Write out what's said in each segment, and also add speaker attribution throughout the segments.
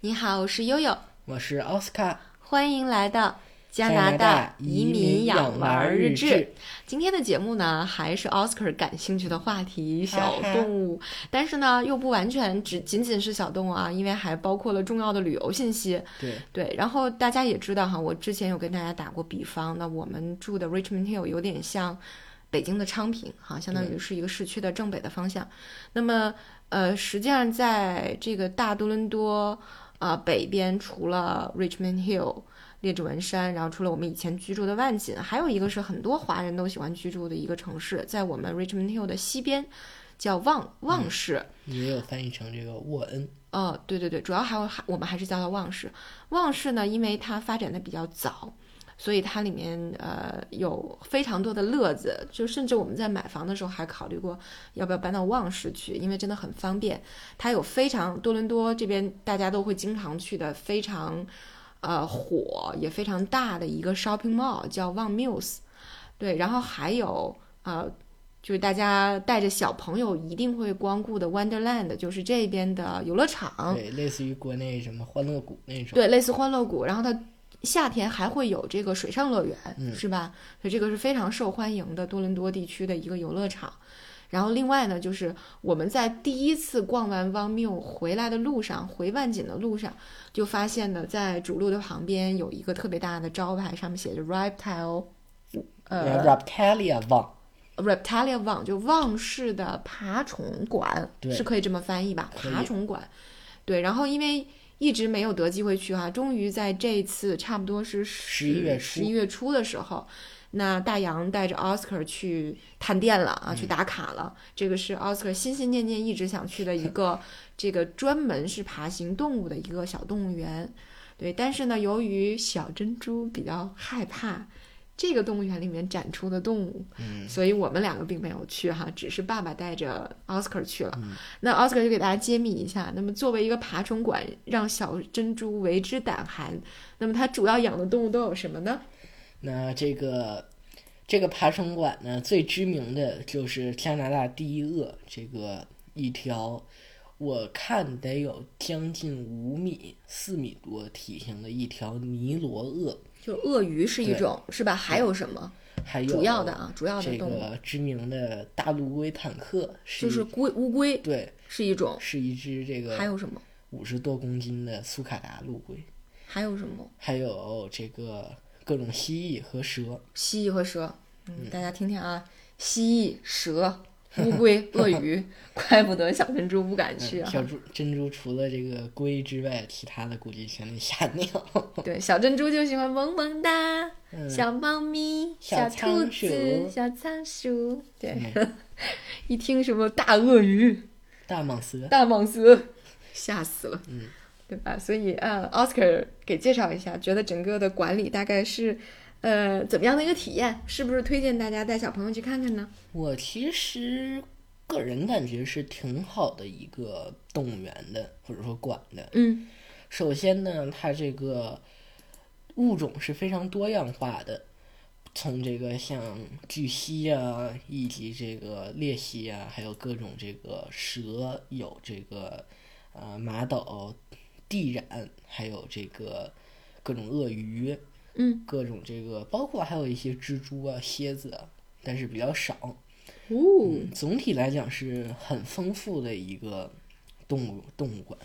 Speaker 1: 你好，我是悠悠，
Speaker 2: 我是奥斯卡，
Speaker 1: 欢迎来到加
Speaker 2: 加
Speaker 1: 拿大
Speaker 2: 拿大
Speaker 1: 移
Speaker 2: 移
Speaker 1: 民
Speaker 2: 民
Speaker 1: 养
Speaker 2: 养
Speaker 1: 娃
Speaker 2: 娃
Speaker 1: 儿
Speaker 2: 日
Speaker 1: 日
Speaker 2: 志
Speaker 1: 志。今天的节目呢，还是 Oscar 感兴趣的话题——小动物，但是呢，又不完全只仅仅是小动物啊，因为还包括了重要的旅游信息。
Speaker 2: 对，
Speaker 1: 对，然后大家也知道哈，我之前有跟大家打过比方，那我们住的 Richmond Hill 有点像北京的昌平哈，相当于是一个市区的正北的方向。那么呃，实际上在这个大多伦多啊、呃北边，除了 Richmond Hill。列治文山，然后除了我们以前居住的万锦，还有一个是很多华人都喜欢居住的一个城市，在我们 Richmond Hill 的西边，叫旺旺市。
Speaker 2: 也有翻译成这个沃恩，
Speaker 1: 哦，对对对，主要还有还我们还是叫它旺市。旺市呢，因为它发展的比较早，所以它里面呃有非常多的乐子，就甚至我们在买房的时候还考虑过要不要搬到旺市去，因为真的很方便。它有非常多伦多这边大家都会经常去的非常呃火也非常大的一个 shopping mall 叫旺 Muse，对，然后还有呃。就是大家带着小朋友一定会光顾的 Wonderland，就是这边的游乐场。
Speaker 2: 对，类似于国内什么欢乐谷那种，
Speaker 1: 嗯对，类似欢乐谷，然后它夏天还会有这个水上乐园，
Speaker 2: 嗯
Speaker 1: 是吧？所以这个是非常受欢迎的多伦多地区的一个游乐场。然后另外呢，就是我们在第一次逛完汪缪回来的路上，回万锦的路上，就发现呢，在主路的旁边有一个特别大的招牌，上面写着 Reptile，呃
Speaker 2: r a p t a l i a 网，
Speaker 1: ，Reptilia 网，就旺氏的爬虫馆，
Speaker 2: 对
Speaker 1: 是可以这么翻译吧？
Speaker 2: 可以
Speaker 1: 爬虫馆，对。然后因为一直没有得机会去哈、终于在这次差不多是十
Speaker 2: 11月初
Speaker 1: 十一月初的时候，那大洋带着 Oscar 去探店了
Speaker 2: 嗯
Speaker 1: 啊，去打卡了。这个是 Oscar 心心念念一直想去的一 个这个专门是爬行动物的一个小动物园。对，但是呢，由于小珍珠比较害怕这个动物园里面展出的动物，
Speaker 2: 嗯，
Speaker 1: 所以我们两个并没有去哈，只是爸爸带着奥斯卡去了。
Speaker 2: 嗯
Speaker 1: 那奥斯卡就给大家揭秘一下，那么作为一个爬虫馆，让小珍珠为之胆寒。那么它主要养的动物都有什么呢？
Speaker 2: 那这个这个爬虫馆呢，最知名的就是加拿大第一鳄这个一条，我看得有将近五米、四米多体型的一条尼罗鳄，
Speaker 1: 就鳄鱼是一种，是吧？还有什么
Speaker 2: 还有
Speaker 1: 主要的啊？主要的
Speaker 2: 这
Speaker 1: 动物、
Speaker 2: 个知名的大陆龟坦克是
Speaker 1: 就
Speaker 2: 一
Speaker 1: 是龟，乌龟
Speaker 2: 对，
Speaker 1: 是一种，
Speaker 2: 是一只这
Speaker 1: 还
Speaker 2: 个
Speaker 1: 有什么？
Speaker 2: 五十多公斤的苏卡达陆龟，
Speaker 1: 还有什么？
Speaker 2: 还有这个各种蜥蜴和蛇。
Speaker 1: 蜥蜴和蛇。嗯，大家听听啊，蜥蜴、蛇、乌 龟、鳄鱼， 怪不得小珍珠不敢去啊。
Speaker 2: 小猪嗯珍珠除了这个龟之外，其他的估计全得吓尿。
Speaker 1: 对，小珍珠就喜欢萌萌哒，小猫咪、
Speaker 2: 小
Speaker 1: 兔子、
Speaker 2: 仓鼠
Speaker 1: 小仓鼠，对， 一听什么大鳄鱼、
Speaker 2: 大蟒蛇，
Speaker 1: 大蟒蛇，吓死了，嗯，对吧？所以呃，Oscar 给介绍一下，觉得整个的管理大概是呃怎么样的一个体验？是不是推荐大家带小朋友去看看呢？
Speaker 2: 我其实个人感觉是挺好的一个动物园的，或者说馆的。
Speaker 1: 嗯，
Speaker 2: 首先呢，它这个物种是非常多样化的，从这个像巨蜥啊，以及这个鬣蜥啊，还有各种这个蛇，有这个呃马岛、地染，还有这个各种鳄鱼，
Speaker 1: 嗯，
Speaker 2: 各种这个包括还有一些蜘蛛啊、蝎子啊，但是比较少。
Speaker 1: 哦，
Speaker 2: 嗯，总体来讲是很丰富的一个动物动物馆。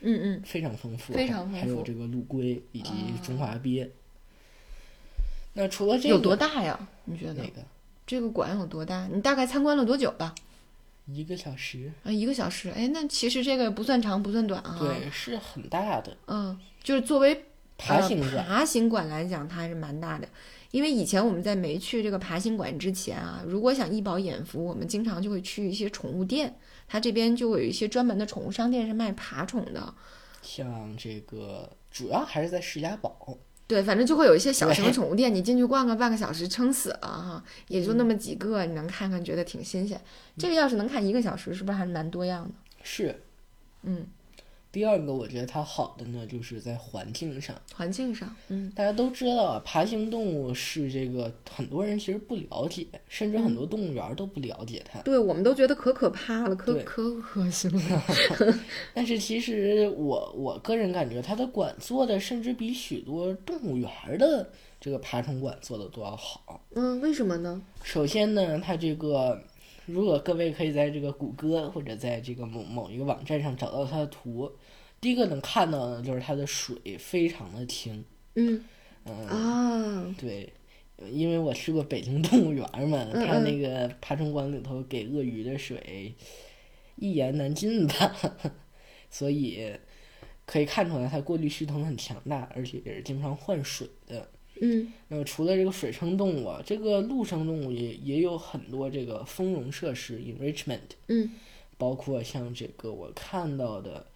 Speaker 1: 嗯嗯，
Speaker 2: 非常丰富，啊
Speaker 1: 非常丰
Speaker 2: 还有
Speaker 1: 富啊
Speaker 2: 这个陆龟以及中华鳖。那除了这个，
Speaker 1: 有多大呀？你觉得
Speaker 2: 哪个？
Speaker 1: 这个馆有多大？你大概参观了多久吧？
Speaker 2: 一个小时，
Speaker 1: 啊，一个小时，哎，那其实这个不算长，不算短啊。
Speaker 2: 对，是很大的
Speaker 1: 嗯，就是作为
Speaker 2: 爬行
Speaker 1: 呃、
Speaker 2: 馆。
Speaker 1: 爬行馆来讲，它还是蛮大的。因为以前我们在没去这个爬行馆之前啊，如果想一饱眼福，我们经常就会去一些宠物店，它这边就有一些专门的宠物商店是卖爬宠的。
Speaker 2: 像这个主要还是在石家堡，
Speaker 1: 对，反正就会有一些小型的宠物店，你进去逛个半个小时，撑死了哈，也就那么几个，你能看看，觉得挺新鲜。这个要是能看一个小时，是不是还蛮多样的？
Speaker 2: 是，
Speaker 1: 嗯，
Speaker 2: 第二个，我觉得它好的呢，就是在环境上。
Speaker 1: 环境上，嗯，
Speaker 2: 大家都知道啊，爬行动物是这个很多人其实不了解，甚至
Speaker 1: 嗯
Speaker 2: 很多动物园儿都不了解它。
Speaker 1: 对，我们都觉得可可怕了，可
Speaker 2: 对
Speaker 1: 可恶心了。
Speaker 2: 但是其实我我个人感觉，它的馆做的甚至比许多动物园儿的这个爬虫馆做的都要好。
Speaker 1: 嗯，为什么呢？
Speaker 2: 首先呢，它这个如果各位可以在这个谷歌或者在这个某某一个网站上找到它的图，第一个能看到的就是它的水非常的清，
Speaker 1: 嗯
Speaker 2: 嗯，
Speaker 1: 啊，
Speaker 2: 对，因为我去过北京动物园儿嘛，
Speaker 1: 嗯
Speaker 2: 它
Speaker 1: 嗯
Speaker 2: 那个爬虫馆里头给鳄鱼的水一言难尽吧， 所以可以看出来它过滤系统很强大，而且也是经常换水的。
Speaker 1: 嗯
Speaker 2: 那么除了这个水生动物啊，这个陆生动物也也有很多这个丰容设施 （enrichment），
Speaker 1: 嗯
Speaker 2: 包括像这个我看到的，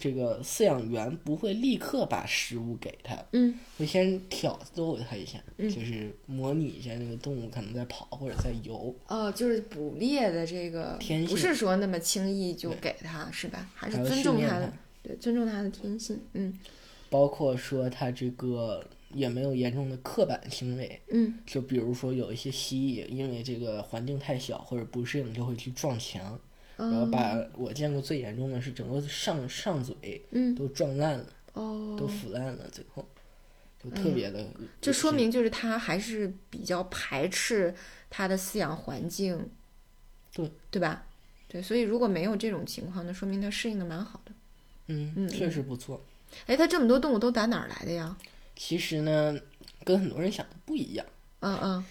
Speaker 2: 这个饲养员不会立刻把食物给它，
Speaker 1: 嗯
Speaker 2: 会先挑逗它一下，
Speaker 1: 嗯
Speaker 2: 就是模拟一下那个动物可能在跑或者在游。
Speaker 1: 哦，就是捕猎的这个
Speaker 2: 天，性
Speaker 1: 不是说那么轻易就给它，是吧？还是
Speaker 2: 还有
Speaker 1: 啊尊
Speaker 2: 训
Speaker 1: 重
Speaker 2: 练
Speaker 1: 它
Speaker 2: 它
Speaker 1: 的，对，尊重它的天性。嗯
Speaker 2: 包括说它这个也没有严重的刻板行为，
Speaker 1: 嗯
Speaker 2: 就比如说有一些蜥蜴因为这个环境太小或者不适应就会去撞墙，然后
Speaker 1: 哦
Speaker 2: 把我见过最严重的是整个上上嘴
Speaker 1: 嗯
Speaker 2: 都撞烂了，都
Speaker 1: 哦，
Speaker 2: 腐烂了，最后就特别的恶心。
Speaker 1: 这说明嗯就是它还是比较排斥它的饲养环境，
Speaker 2: 对
Speaker 1: 对吧？对，所以如果没有这种情况，那说明它适应的蛮好的。
Speaker 2: 嗯，
Speaker 1: 嗯
Speaker 2: 确实不错。
Speaker 1: 哎，它这么多动物都打哪儿来的呀？
Speaker 2: 其实呢，跟很多人想的不一样，
Speaker 1: 嗯嗯，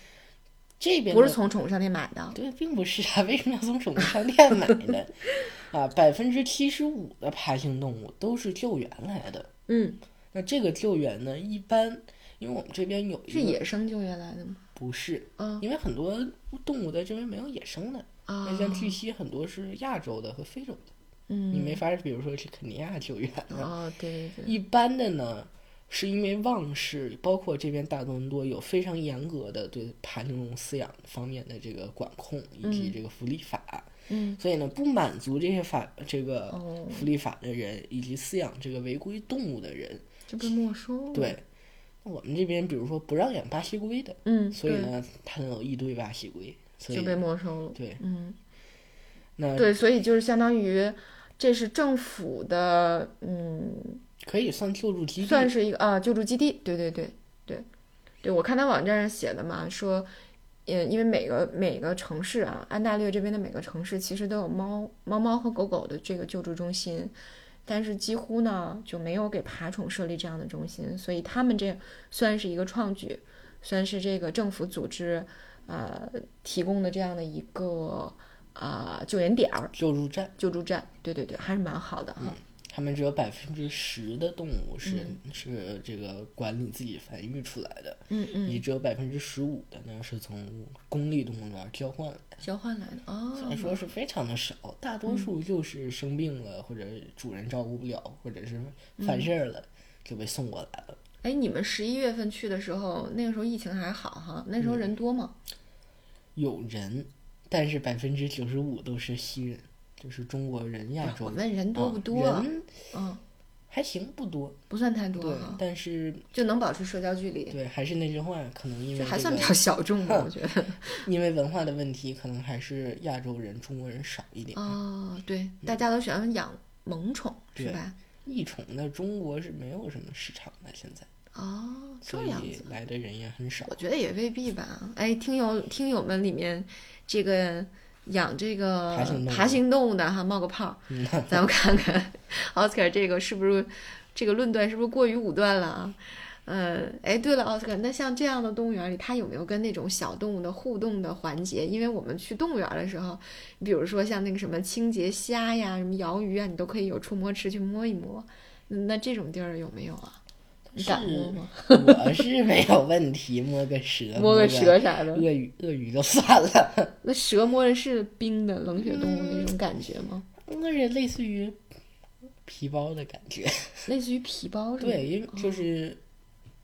Speaker 2: 这边
Speaker 1: 不
Speaker 2: 的
Speaker 1: 是从宠物商店买的。
Speaker 2: 对，并不是啊，为什么要从宠物商店买呢？ 啊，百分之七十五的爬行动物都是救援来的。
Speaker 1: 嗯，
Speaker 2: 那这个救援呢，一般因为我们这边有一
Speaker 1: 是
Speaker 2: 个
Speaker 1: 野生救援来的吗？
Speaker 2: 不是，
Speaker 1: 嗯
Speaker 2: 因为很多动物在这边没有野生的，
Speaker 1: 啊
Speaker 2: 那、，像巨蜥很多是亚洲的和非洲的，
Speaker 1: 嗯，
Speaker 2: 你没法，比如说去肯尼亚救援啊。
Speaker 1: 哦，对对对，
Speaker 2: 一般的呢，是因为旺市，包括这边大多伦多有非常严格的对爬行动物饲养方面的这个管控以及
Speaker 1: 嗯
Speaker 2: 这个福利法。
Speaker 1: 嗯，
Speaker 2: 所以呢，不满足这些法这个
Speaker 1: 哦，
Speaker 2: 福利法的人，以及饲养这个违规动物的人，
Speaker 1: 就被没收了。，
Speaker 2: 对，那我们这边比如说不让养巴西龟的，
Speaker 1: 嗯，
Speaker 2: 所以
Speaker 1: 对
Speaker 2: 呢，他能有一堆巴西龟，所以
Speaker 1: 就被没收了。
Speaker 2: 对，
Speaker 1: 嗯，
Speaker 2: 那
Speaker 1: 对，所以就是相当于。这是政府的，嗯，
Speaker 2: 可以算救助基
Speaker 1: 算
Speaker 2: 地，
Speaker 1: 是一个啊救助基地，对对对对，对我看他网站上写的嘛，说，嗯，因为每个每个城市啊，安大略这边的每个城市其实都有猫猫猫和狗狗的这个救助中心，但是几乎呢就没有给爬宠设立这样的中心，所以他们这算是一个创举，算是这个政府组织呃提供的这样的一个呃救援点儿、
Speaker 2: 救助站，
Speaker 1: 救助站，对对对，还是蛮好的哈。
Speaker 2: 他们只有百分之十的动物是、是这个管理自己繁育出来的，
Speaker 1: 嗯嗯，
Speaker 2: 你只有百分之十五的呢是从公立动物园交换来的。
Speaker 1: 交换来的
Speaker 2: 虽
Speaker 1: 哦，
Speaker 2: 然
Speaker 1: 嗯
Speaker 2: 说是非常的少，大多数就是生病了，或者主人照顾不了，或者是犯事儿了，
Speaker 1: 嗯
Speaker 2: 就被送过来了。
Speaker 1: 哎，你们十一月份去的时候，那个时候疫情还好哈，那时
Speaker 2: 嗯
Speaker 1: 候人多吗？
Speaker 2: 有人，但是百分之九十五都是西人，就是中国人、亚洲
Speaker 1: 我
Speaker 2: 人。
Speaker 1: 问哦人多
Speaker 2: 啊
Speaker 1: 不多啊？哦
Speaker 2: 人
Speaker 1: 嗯，
Speaker 2: 还行，不多。
Speaker 1: 不算太多
Speaker 2: 对
Speaker 1: 哈，，
Speaker 2: 但是
Speaker 1: 就能保持社交距离，
Speaker 2: 对，还是那句话，可能因为
Speaker 1: 就还
Speaker 2: 这
Speaker 1: 算
Speaker 2: 个
Speaker 1: 比较小众吧， 我觉得。
Speaker 2: 因为文化的问题，可能还是亚洲人、中国人少一点。
Speaker 1: 哦，对，大家都喜欢养萌宠是
Speaker 2: 对
Speaker 1: 吧？
Speaker 2: 异宠在中国是没有什么市场的，现在，
Speaker 1: 哦，
Speaker 2: 所
Speaker 1: 这样
Speaker 2: 以
Speaker 1: 子，
Speaker 2: 来的人也很少
Speaker 1: 我。觉得也未必吧。哎，听友听友们里面，这个养这个
Speaker 2: 爬行动物
Speaker 1: 爬行动物的哈，冒个泡儿，
Speaker 2: 嗯
Speaker 1: 咱们看看 Oscar 这个是不是这个论断是不是过于武断了啊？呃，哎，对了，Oscar，那像这样的动物园里，它有没有跟那种小动物的互动的环节？因为我们去动物园的时候，你比如说像那个什么清洁虾呀、什么鳐鱼啊，你都可以有触摸池去摸一摸。那那这种地儿有没有啊？你敢摸吗？
Speaker 2: 我是没有问题，摸个蛇，
Speaker 1: 摸
Speaker 2: 个
Speaker 1: 个蛇啥的
Speaker 2: 鳄，鱼，鳄鱼就算了。
Speaker 1: 那蛇摸着是冰的冷血动物
Speaker 2: 嗯
Speaker 1: 那种感觉吗？
Speaker 2: 那是类似于皮包的感觉，
Speaker 1: 类似于皮包是吗
Speaker 2: 对，因为就是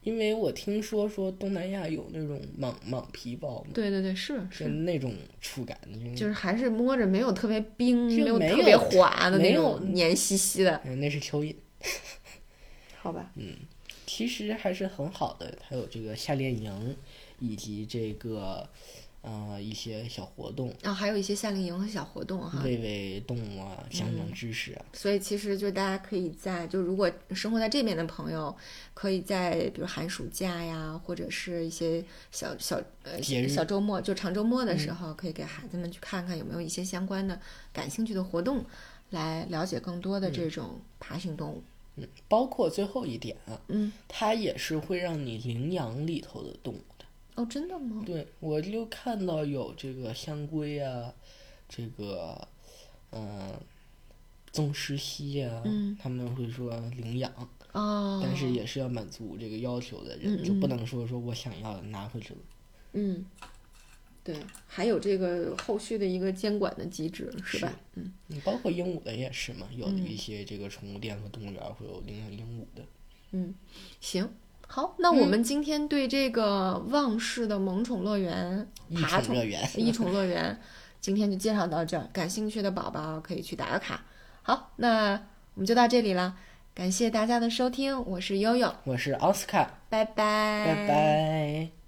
Speaker 2: 因为我听说说东南亚有那种蟒蟒皮包嘛，
Speaker 1: 对对对，是，
Speaker 2: 就是那种触感，
Speaker 1: 就是还是摸着没有特别冰，
Speaker 2: 嗯就
Speaker 1: 没有
Speaker 2: 没
Speaker 1: 特
Speaker 2: 有
Speaker 1: 别滑的
Speaker 2: 没
Speaker 1: 那
Speaker 2: 有
Speaker 1: 种黏兮兮的，
Speaker 2: 嗯，那是蚯蚓。
Speaker 1: 好吧？
Speaker 2: 其实还是很好的，还有这个夏令营，以及这个呃一些小活动，
Speaker 1: 然后还有一些夏令营和小活动哈，
Speaker 2: 喂喂动物啊，讲
Speaker 1: 嗯
Speaker 2: 讲知识啊。
Speaker 1: 所以其实就大家可以在，就如果生活在这边的朋友，可以在比如寒暑假呀，或者是一些小小呃
Speaker 2: 节日嗯
Speaker 1: 小周末，就长周末的时候，可以给孩子们去看看有没有一些相关的感兴趣的活动，来了解更多的这种爬行动物。
Speaker 2: 嗯，包括最后一点啊，
Speaker 1: 嗯，
Speaker 2: 它也是会让你领养里头的动物的。
Speaker 1: 哦，真的吗？
Speaker 2: 对，我就看到有这个香龟啊，这个嗯、呃宗师蜥啊，
Speaker 1: 嗯
Speaker 2: 他们会说领养，
Speaker 1: 哦，
Speaker 2: 但是也是要满足这个要求的人，
Speaker 1: 嗯
Speaker 2: 就不
Speaker 1: 嗯
Speaker 2: 能说说我想要拿回去了。
Speaker 1: 嗯，对，还有这个后续的一个监管的机制是吧？嗯，
Speaker 2: 嗯，包括鹦鹉的也是嘛，有
Speaker 1: 嗯
Speaker 2: 一些这个宠物店和动物园儿会有领养鹦鹉的。
Speaker 1: 行。好，那
Speaker 2: 嗯
Speaker 1: 我们今天对这个望氏的萌宠乐园、
Speaker 2: 益
Speaker 1: 爬
Speaker 2: 宠乐园，
Speaker 1: 益宠乐园，今天就介绍到这儿。感兴趣的宝宝可以去打个卡。好，那我们就到这里了，感谢大家的收听，我是悠悠，
Speaker 2: 我是奥斯卡，
Speaker 1: 拜拜，
Speaker 2: 拜拜。